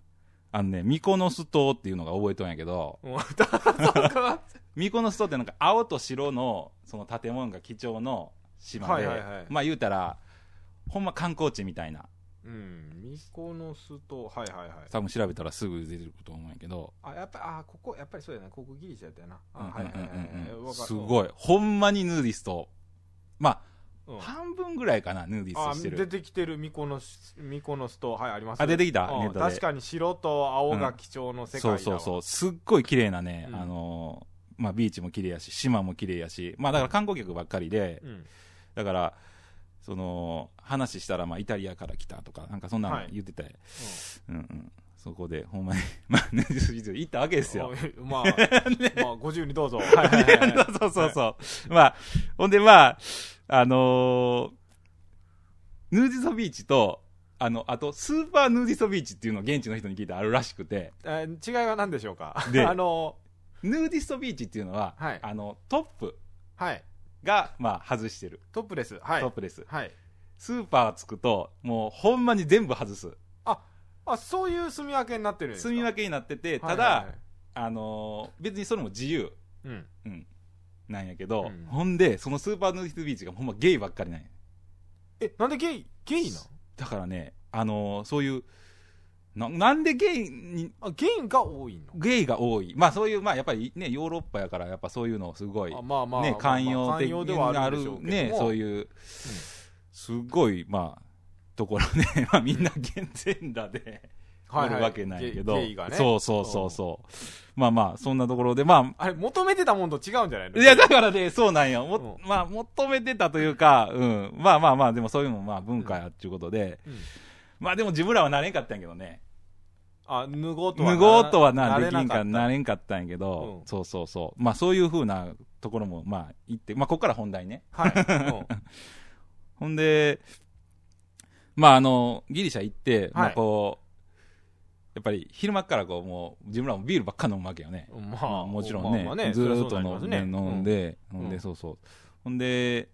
[SPEAKER 2] あのね、ミコノス島っていうのが覚えとんやけど、
[SPEAKER 1] うん、だからそうか
[SPEAKER 2] ミコノス島ってなんか青と白の、その建物が貴重の島で、
[SPEAKER 1] はいはいはい
[SPEAKER 2] まあ言うたら、ほんま観光地みたいな。
[SPEAKER 1] うん、ミコノスと、はいはいはい。
[SPEAKER 2] 多分調べたらすぐ出てくると思うんやけど、
[SPEAKER 1] あ、やっぱり、あ、ここ、やっぱりそうやな、ここギリシャやったよな。あ、
[SPEAKER 2] うん
[SPEAKER 1] はいはいは
[SPEAKER 2] う
[SPEAKER 1] い
[SPEAKER 2] んう
[SPEAKER 1] は
[SPEAKER 2] んうん
[SPEAKER 1] い。
[SPEAKER 2] す
[SPEAKER 1] い。
[SPEAKER 2] ごいほんまにヌーディストま
[SPEAKER 1] う
[SPEAKER 2] あ、
[SPEAKER 1] ん
[SPEAKER 2] 半分ぐらいかなヌーディ
[SPEAKER 1] あ
[SPEAKER 2] ストして
[SPEAKER 1] 出
[SPEAKER 2] る
[SPEAKER 1] てきてるミコノス、ミコノスと、はい、あります
[SPEAKER 2] あ出てきた
[SPEAKER 1] うん
[SPEAKER 2] ネットで
[SPEAKER 1] 確かに白と青が貴重の世界だ
[SPEAKER 2] そ
[SPEAKER 1] わ
[SPEAKER 2] うそうそうすっごい綺麗なね、
[SPEAKER 1] うん
[SPEAKER 2] あのーまあ、ビーチも綺麗やし島も綺麗やしまあだから観光客ばっかりで、
[SPEAKER 1] うん。
[SPEAKER 2] だからその話したらまあイタリアから来たとかなんかそんなの言ってて、うんうんそこでほんまに まあヌーディスト行ったわけですよ
[SPEAKER 1] うん まあ、まあ、ご自由にどうぞ。はいはいはい
[SPEAKER 2] そうそうそうそう。まあ、ほんでまあ、あのーヌーディソビーチと、あの、あと、スーパーヌーディソビーチっていうのを現地の人に聞いてあるらしくて、
[SPEAKER 1] えー違いは何でしょうか
[SPEAKER 2] で
[SPEAKER 1] あの、
[SPEAKER 2] ヌーディソビーチっていうのは、
[SPEAKER 1] はい
[SPEAKER 2] あの、トップ
[SPEAKER 1] はい。
[SPEAKER 2] が、まあ、外してる。
[SPEAKER 1] トップレス。はい
[SPEAKER 2] トッ。プです。
[SPEAKER 1] はい。
[SPEAKER 2] スーパーつくと、もう、ほんまに全部外す。
[SPEAKER 1] あ、そういう住み分けになってるんですか
[SPEAKER 2] 住み分けになってて、ただ、
[SPEAKER 1] はいはいはい
[SPEAKER 2] あのー別にそれも自由
[SPEAKER 1] うん。
[SPEAKER 2] なんやけど、
[SPEAKER 1] うん
[SPEAKER 2] ほんで、そのスーパーヌーディソビーチがほんまゲイばっかりなんや。
[SPEAKER 1] え、なんでゲイ、ゲイなの
[SPEAKER 2] だからね、あのーそういう、ななんでゲイに、
[SPEAKER 1] あ、ゲイが多いの
[SPEAKER 2] ゲイが多い。まあそういう、まあやっぱりね、ヨーロッパやから、やっぱそういうのをすごい、
[SPEAKER 1] あまあまあ、
[SPEAKER 2] ね、寛容的
[SPEAKER 1] まあまあ寛容では
[SPEAKER 2] にな
[SPEAKER 1] あるんでしょ
[SPEAKER 2] る、
[SPEAKER 1] うけども
[SPEAKER 2] ね、そういう、すごい、まあ、ところで、 まあみんな健全だで、お
[SPEAKER 1] はいはい
[SPEAKER 2] るわけないけど、
[SPEAKER 1] ゲイゲイがね
[SPEAKER 2] そうそうそうそう。まあまあ、そんなところで、ま
[SPEAKER 1] あれ求めてたもんと違うんじゃない
[SPEAKER 2] あ、
[SPEAKER 1] の
[SPEAKER 2] いや、だからね、そうなんよ。も、
[SPEAKER 1] う
[SPEAKER 2] まあ、求めてたというか、うん。まあまあまあ、でもそういうのも、まあ、文化やっていうことで、
[SPEAKER 1] うん
[SPEAKER 2] まあでも自分らはなれんかったんやけどね。
[SPEAKER 1] あ、ぬごうとは
[SPEAKER 2] 脱ごうとはな、
[SPEAKER 1] れ
[SPEAKER 2] できんか、
[SPEAKER 1] な
[SPEAKER 2] な
[SPEAKER 1] れ
[SPEAKER 2] れんかったんやけど
[SPEAKER 1] う、ん
[SPEAKER 2] そうそうそう。まあそういう風なところも、まあ行って、まあここから本題ね。
[SPEAKER 1] なかった。はい。
[SPEAKER 2] ほんで、まああの、ギリシャ行って、まあこう、やっぱり昼間っからこう、もう自分らもビールばっか飲むわけよね。
[SPEAKER 1] うんま
[SPEAKER 2] ま
[SPEAKER 1] あ、
[SPEAKER 2] あもちろんね、
[SPEAKER 1] まあ
[SPEAKER 2] ずーっと
[SPEAKER 1] そりゃ
[SPEAKER 2] 飲
[SPEAKER 1] そ
[SPEAKER 2] ん
[SPEAKER 1] う
[SPEAKER 2] で、
[SPEAKER 1] な
[SPEAKER 2] 飲
[SPEAKER 1] りますね
[SPEAKER 2] んで、
[SPEAKER 1] ん
[SPEAKER 2] 飲ん
[SPEAKER 1] う
[SPEAKER 2] で、
[SPEAKER 1] ん
[SPEAKER 2] そうそう。ほんで、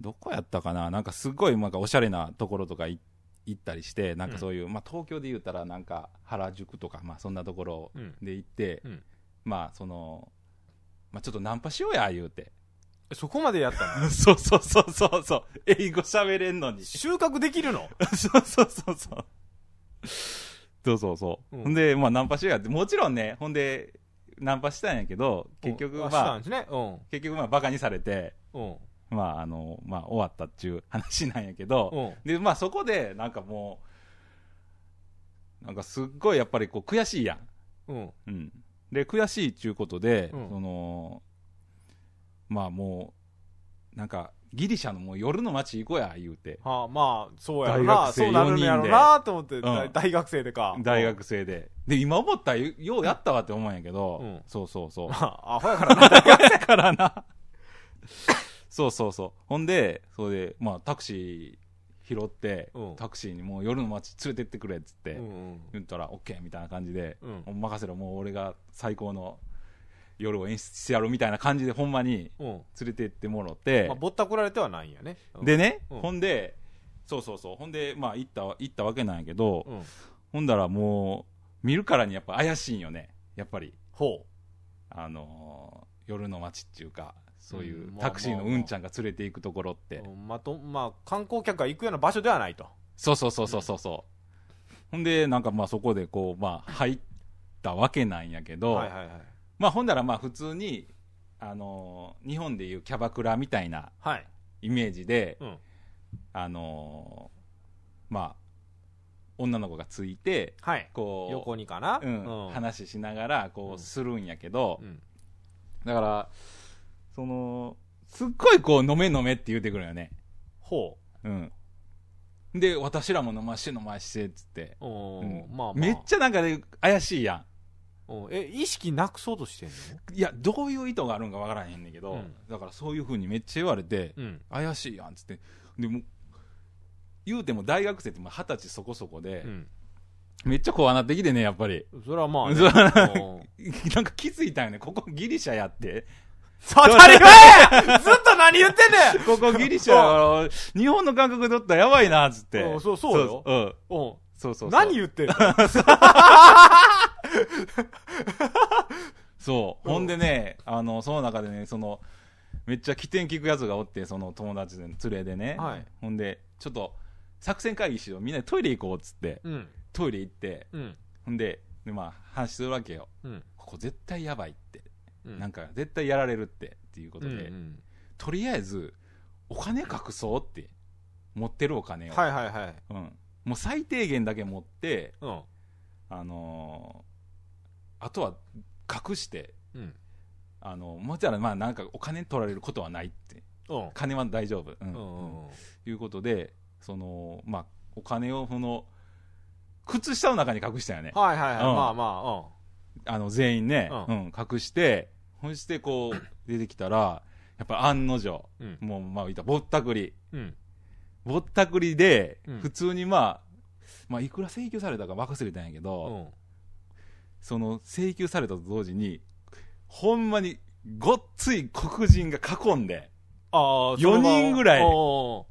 [SPEAKER 2] どこやったかななんかすごい、なんかおしゃれなところとかい行ったりして、なんかそういう、まあ東京で言うたらなんか原宿とか、まあそんなところ
[SPEAKER 1] うん。
[SPEAKER 2] で行って、
[SPEAKER 1] うん
[SPEAKER 2] まあその、まあちょっとナンパしようや、言うて。
[SPEAKER 1] そこまでやったの
[SPEAKER 2] そうそうそうそうそう。英語喋れんのに。
[SPEAKER 1] 収穫できるの
[SPEAKER 2] そうそうそうそう。そうそうそう。
[SPEAKER 1] うん
[SPEAKER 2] ほんで、まあナンパしようやって、もちろんね、ほんで、ナンパしたんやけど、 結局、
[SPEAKER 1] うん
[SPEAKER 2] ま
[SPEAKER 1] あした
[SPEAKER 2] あ
[SPEAKER 1] ん、ですね。う
[SPEAKER 2] 結局まあバカにされて、
[SPEAKER 1] ん。うん。
[SPEAKER 2] まああの、まあ終わったっていう話なんやけど、
[SPEAKER 1] うん。
[SPEAKER 2] で、まあそこで、なんかもう、なんかすっごいやっぱりこう悔しいやん。
[SPEAKER 1] うん。
[SPEAKER 2] うん。で、悔しいっていうことで、
[SPEAKER 1] うん
[SPEAKER 2] その、まあもう、なんかギリシャのもう夜の街行こうや、言うて。
[SPEAKER 1] はあ、まあ、そうやろ
[SPEAKER 2] 大
[SPEAKER 1] な。
[SPEAKER 2] 学生
[SPEAKER 1] そうなるんや
[SPEAKER 2] 四人
[SPEAKER 1] ろ
[SPEAKER 2] で
[SPEAKER 1] なと思って、だ
[SPEAKER 2] うん
[SPEAKER 1] 大学生でか。
[SPEAKER 2] 大学生で。で、今思ったらよようやったわって思うんやけど、
[SPEAKER 1] うん
[SPEAKER 2] そうそうそう
[SPEAKER 1] うん。。まあ、アホやからな。
[SPEAKER 2] だからな。そうそうそう。ほんで、それで、まあ、タクシー拾って、
[SPEAKER 1] うん
[SPEAKER 2] タクシーにもう夜の街連れてってくれっつって、
[SPEAKER 1] うんうん
[SPEAKER 2] 言ったら、オッケーみたいな感じで、
[SPEAKER 1] うん
[SPEAKER 2] もう任せろ、もう俺が最高の夜を演出してやろうみたいな感じで、ほんまに
[SPEAKER 1] うん。
[SPEAKER 2] 連れてってもろて、
[SPEAKER 1] まあ、ぼったくられてはないんやね。うん、
[SPEAKER 2] でね、
[SPEAKER 1] うん
[SPEAKER 2] ほんで、そうそうそう、ほんで、まあ、行った、行ったわけなんやけど、
[SPEAKER 1] うん。
[SPEAKER 2] ほんだらもう、見るからにやっぱ怪しいんよね、やっぱり。
[SPEAKER 1] ほ
[SPEAKER 2] あのー夜の街っていうかそういううん
[SPEAKER 1] まあ
[SPEAKER 2] タクシーのうんちゃんが連れて行くところっ
[SPEAKER 1] う
[SPEAKER 2] て、
[SPEAKER 1] うん。まと、まあ、観光客が行くような場所ではないと。
[SPEAKER 2] そうそうそうそうそうそうほんでなんかまあそこでこうまあ入ったわけなんやけど、
[SPEAKER 1] はいはいはい。
[SPEAKER 2] まあほんならまあ普通にあのー日本でいうキャバクラみたいな
[SPEAKER 1] はい。
[SPEAKER 2] イメージで、
[SPEAKER 1] うん
[SPEAKER 2] あのーまあ女の子がついて
[SPEAKER 1] はい。
[SPEAKER 2] こう
[SPEAKER 1] 横にかな。
[SPEAKER 2] うん話しながらこ
[SPEAKER 1] うん
[SPEAKER 2] うするんやけど、
[SPEAKER 1] うん。
[SPEAKER 2] だからそのすっごいこう飲め飲めって言うてくるよね
[SPEAKER 1] ほ
[SPEAKER 2] うん。で、私らも飲まして飲ましてっつって。
[SPEAKER 1] う。お
[SPEAKER 2] うん
[SPEAKER 1] まあまあ。
[SPEAKER 2] めっちゃなんかね、怪しいや
[SPEAKER 1] うんえ、意識なくそうとしてんの
[SPEAKER 2] ん。いや、どういう意図があるんかわからへんねんけど、
[SPEAKER 1] うん
[SPEAKER 2] だからそういうふうにめっちゃ言われて、
[SPEAKER 1] うん。
[SPEAKER 2] 怪しいやんっつって。でも、言うても大学生ってまあ二十歳そこそこで、
[SPEAKER 1] うん。
[SPEAKER 2] めっちゃこうなってきてね、やっぱり。
[SPEAKER 1] それはまあね。
[SPEAKER 2] そ
[SPEAKER 1] うん
[SPEAKER 2] なんか気づいたよね、ここギリシャやって。
[SPEAKER 1] 当たり前やずっと何言 ってんねん
[SPEAKER 2] ここギリシャ やから、日本の感覚でおったらやばいな、っつって。
[SPEAKER 1] うんそうそうよ
[SPEAKER 2] う
[SPEAKER 1] う
[SPEAKER 2] ん。
[SPEAKER 1] ん。
[SPEAKER 2] そうそうそう。
[SPEAKER 1] 何言ってんの
[SPEAKER 2] そう。ほんでね、あの、その中でね、その、めっちゃ起点聞くやつがおって、その友達の連れでね。
[SPEAKER 1] はい
[SPEAKER 2] ほんで、ちょっと、作戦会議しよう。みんなでトイレ行こうっつって、
[SPEAKER 1] うん。
[SPEAKER 2] トイレ行って、
[SPEAKER 1] うん。
[SPEAKER 2] ほんで、でまあ、話するわけよ。
[SPEAKER 1] うん。
[SPEAKER 2] ここ絶対やばいって。
[SPEAKER 1] うん
[SPEAKER 2] なんか、絶対やられるって、っていうことで、
[SPEAKER 1] うん
[SPEAKER 2] とりあえず、お金隠そうって、持ってるお金を。
[SPEAKER 1] はいはいはい。
[SPEAKER 2] うん。もう最低限だけ持って、
[SPEAKER 1] うん。
[SPEAKER 2] あのーあとは隠して、
[SPEAKER 1] うん。
[SPEAKER 2] あの、もちろん、まあ、なんかお金取られることはないって。
[SPEAKER 1] うん。
[SPEAKER 2] 金は大丈夫。うん。
[SPEAKER 1] うん。
[SPEAKER 2] いうことで、その、まあ、お金を、その、靴下の中に隠したよね。
[SPEAKER 1] はいはいはい。
[SPEAKER 2] うん
[SPEAKER 1] まあま
[SPEAKER 2] あの、全員ね、う、
[SPEAKER 1] うん
[SPEAKER 2] 隠して、そしてこう、出てきたら、やっぱ案の定、
[SPEAKER 1] あ、うん。
[SPEAKER 2] もう、まあ、言ったらぼったくり。
[SPEAKER 1] うん。
[SPEAKER 2] ぼったくりで
[SPEAKER 1] うん、
[SPEAKER 2] 普通にまあ、まあ、いくら請求されたか忘れたんやけ
[SPEAKER 1] う
[SPEAKER 2] ど、
[SPEAKER 1] ん。
[SPEAKER 2] その、請求されたと同時に、ほんまに、ごっつい黒人が囲んで、
[SPEAKER 1] ああ、
[SPEAKER 2] 四人ぐらい
[SPEAKER 1] お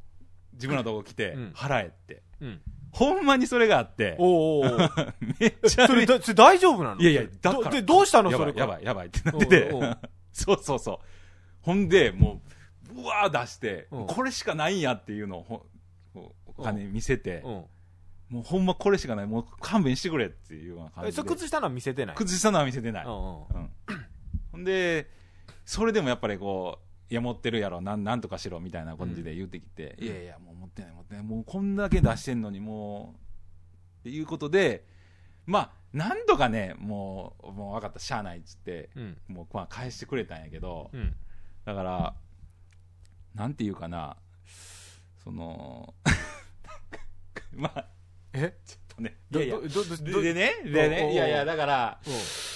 [SPEAKER 2] 自分のとこ来て
[SPEAKER 1] うん、
[SPEAKER 2] 払えって。
[SPEAKER 1] ーうん。
[SPEAKER 2] ほんまにそれがあって、
[SPEAKER 1] お ーおー。
[SPEAKER 2] めっちゃ
[SPEAKER 1] それ、だそれ大丈夫なの
[SPEAKER 2] いやいや、だから
[SPEAKER 1] どで、どうしたの
[SPEAKER 2] や
[SPEAKER 1] そ
[SPEAKER 2] ば
[SPEAKER 1] れ
[SPEAKER 2] い、やば
[SPEAKER 1] い。
[SPEAKER 2] い、やばいってなってて
[SPEAKER 1] おうおう、
[SPEAKER 2] そうそうそう。ほんで、もう、うわー出して、
[SPEAKER 1] うん
[SPEAKER 2] これしかないんやっていうのをほ、こうお金見せて
[SPEAKER 1] う、ん。
[SPEAKER 2] もうほんまこれしかない、もう勘弁してくれっていうような感
[SPEAKER 1] え、
[SPEAKER 2] じ
[SPEAKER 1] それ
[SPEAKER 2] で。
[SPEAKER 1] 靴下のは見せてない
[SPEAKER 2] 崩したのは見せてない。
[SPEAKER 1] う
[SPEAKER 2] うん
[SPEAKER 1] んうん。
[SPEAKER 2] ほんで、それでもやっぱりこう、いや、持ってるやろ、なんなんとかしろみたいな感じで言ってきて、
[SPEAKER 1] うん
[SPEAKER 2] いやいや、もう持ってない、持ってない、もうこんだけ出してんのに、もう、っていうことで、まあ、なんとかね、もう、もう分かった、しゃあないっつって、
[SPEAKER 1] うん。
[SPEAKER 2] もう、まあ、返してくれたんやけど、
[SPEAKER 1] うん。
[SPEAKER 2] だから、 なんていうかな、その、まあ、
[SPEAKER 1] え
[SPEAKER 2] ちょっとね。い
[SPEAKER 1] ど
[SPEAKER 2] やいや
[SPEAKER 1] どどど
[SPEAKER 2] ででね、
[SPEAKER 1] ど
[SPEAKER 2] で
[SPEAKER 1] おうおう
[SPEAKER 2] ね、いやいや、だから、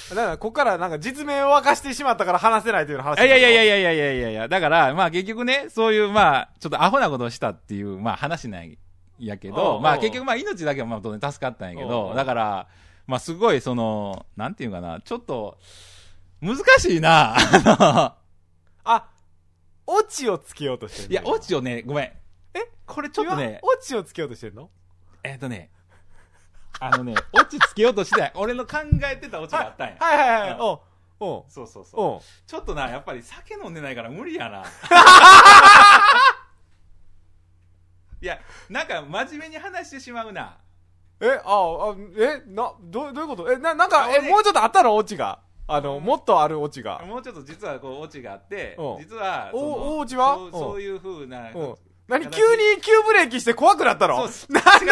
[SPEAKER 1] だから、ここからなんか実名を明かしてしまったから話せないというようない
[SPEAKER 2] や
[SPEAKER 1] 話。
[SPEAKER 2] いやいやい
[SPEAKER 1] や。
[SPEAKER 2] やいやいやいやいや、だから、まあ結局ね、そういう、まあ、ちょっとアホなことをしたっていう、まあ話なんやけ
[SPEAKER 1] おうお
[SPEAKER 2] ど、
[SPEAKER 1] う
[SPEAKER 2] まあ結局、まあ命だけはまあ当然助かったんやけ
[SPEAKER 1] おうお
[SPEAKER 2] ど
[SPEAKER 1] う、
[SPEAKER 2] だから、まあすごい、その、なんていうかな、ちょっと、難しいな。 あ
[SPEAKER 1] あ、オチをつけようとしてる
[SPEAKER 2] の
[SPEAKER 1] の。
[SPEAKER 2] いや、オチをね、ごめん。
[SPEAKER 1] え
[SPEAKER 2] これちょっとね
[SPEAKER 1] 今、オチをつけようとしてるの
[SPEAKER 2] えっとね、あのね、オチつけようとしてない、俺の考えてたオチがあ ったんや。
[SPEAKER 1] はいはいはい。
[SPEAKER 2] うん
[SPEAKER 1] おうおう
[SPEAKER 2] そうそうそう。
[SPEAKER 1] おう
[SPEAKER 2] ちょっとな、やっぱり酒飲んでないから無理 やな。いや、なんか真面目に話してしまうな。
[SPEAKER 1] え、あ、あえ、な、どどういうことえ、な、なんか、
[SPEAKER 2] あ
[SPEAKER 1] え、
[SPEAKER 2] 俺
[SPEAKER 1] もうちょっとあったのオチが。あの、もっとあるオチが。
[SPEAKER 2] もうちょっと実はこう、オチがあって
[SPEAKER 1] うん、
[SPEAKER 2] 実は、
[SPEAKER 1] お
[SPEAKER 2] その
[SPEAKER 1] おオチは
[SPEAKER 2] そう
[SPEAKER 1] うん
[SPEAKER 2] そういう風
[SPEAKER 1] う
[SPEAKER 2] な、
[SPEAKER 1] ん。何
[SPEAKER 2] 形
[SPEAKER 1] 急に急ブレーキして怖くなったの
[SPEAKER 2] そう
[SPEAKER 1] なんだ、なん
[SPEAKER 2] 違う違う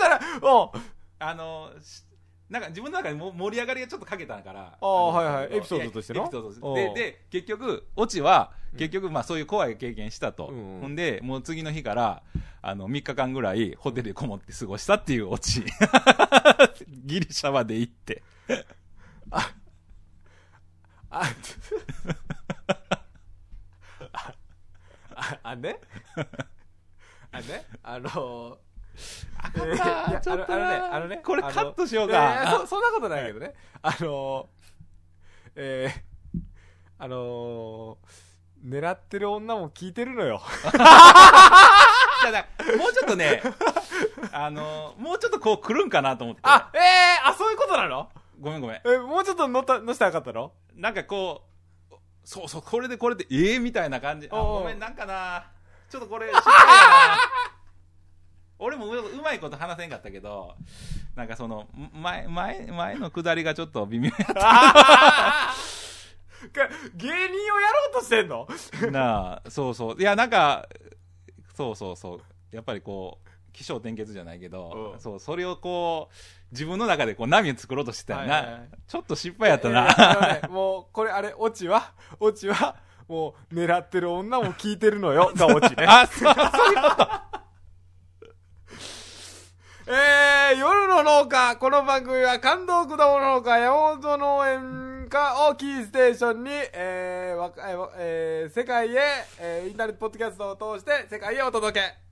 [SPEAKER 1] だ、おう
[SPEAKER 2] あの、しなんか自分の中でも盛り上がりがちょっとかけたから。
[SPEAKER 1] あー
[SPEAKER 2] の
[SPEAKER 1] はいはい
[SPEAKER 2] その
[SPEAKER 1] エピソードとしての
[SPEAKER 2] エピソード
[SPEAKER 1] お
[SPEAKER 2] と
[SPEAKER 1] う
[SPEAKER 2] してで、で、結局、オチは
[SPEAKER 1] う、ん
[SPEAKER 2] 結局、まあそういう怖い経験したと。
[SPEAKER 1] うんうん
[SPEAKER 2] ほんで、もう次の日から、あの、3日間ぐらいホテルでこもって過ごしたっていう オチ。ギリシャまで行って。
[SPEAKER 1] あ、あ、あねあねあの
[SPEAKER 2] あ
[SPEAKER 1] ーいやいやあのね、あのね、
[SPEAKER 2] これ
[SPEAKER 1] あ
[SPEAKER 2] カ
[SPEAKER 1] の
[SPEAKER 2] ットしよう
[SPEAKER 1] いやいや
[SPEAKER 2] か
[SPEAKER 1] そ。そんなことないけどね。あのー、えーあのー、狙ってる女も聞いてるのよ。
[SPEAKER 2] ただ、もうちょっとね、あの、もうちょっとこう来るんかなと思って。
[SPEAKER 1] あ、ええあ、そういうことなの
[SPEAKER 2] ごめんごめん。
[SPEAKER 1] え、もうちょっと乗った、乗したらよかったの
[SPEAKER 2] なんかこう、そうそう、これでこれで、ええみたいな感じ。あ、
[SPEAKER 1] おうおう
[SPEAKER 2] ごめん、なんかな、ちょっとこれ、失 敗やな。俺もううまいこと話せんかったけど、なんかその、ん前、前、前の下りがちょっと微妙やっ
[SPEAKER 1] か芸人をやろうとしてんの
[SPEAKER 2] たな あ、そうそう。いや、なんか、そうそうそう。やっぱりこう、起承転結じゃないけど
[SPEAKER 1] う、ん
[SPEAKER 2] そう、それをこう、自分の中でこう、波を作ろうとしてたよな。
[SPEAKER 1] はいはいはい
[SPEAKER 2] ちょっと失敗やったな。
[SPEAKER 1] えーあのねもう、これあれ、オチは、オチは、もう、狙ってる女も聞いてるの よ、がオチね。
[SPEAKER 2] あ、そう、そういうこと。
[SPEAKER 1] えー、夜の農家、この番組は感動果物農家、山本農園家をキーステーションに、えーわかえーわえー世界へ、えーインターネットポッドキャストを通して世界へお届け。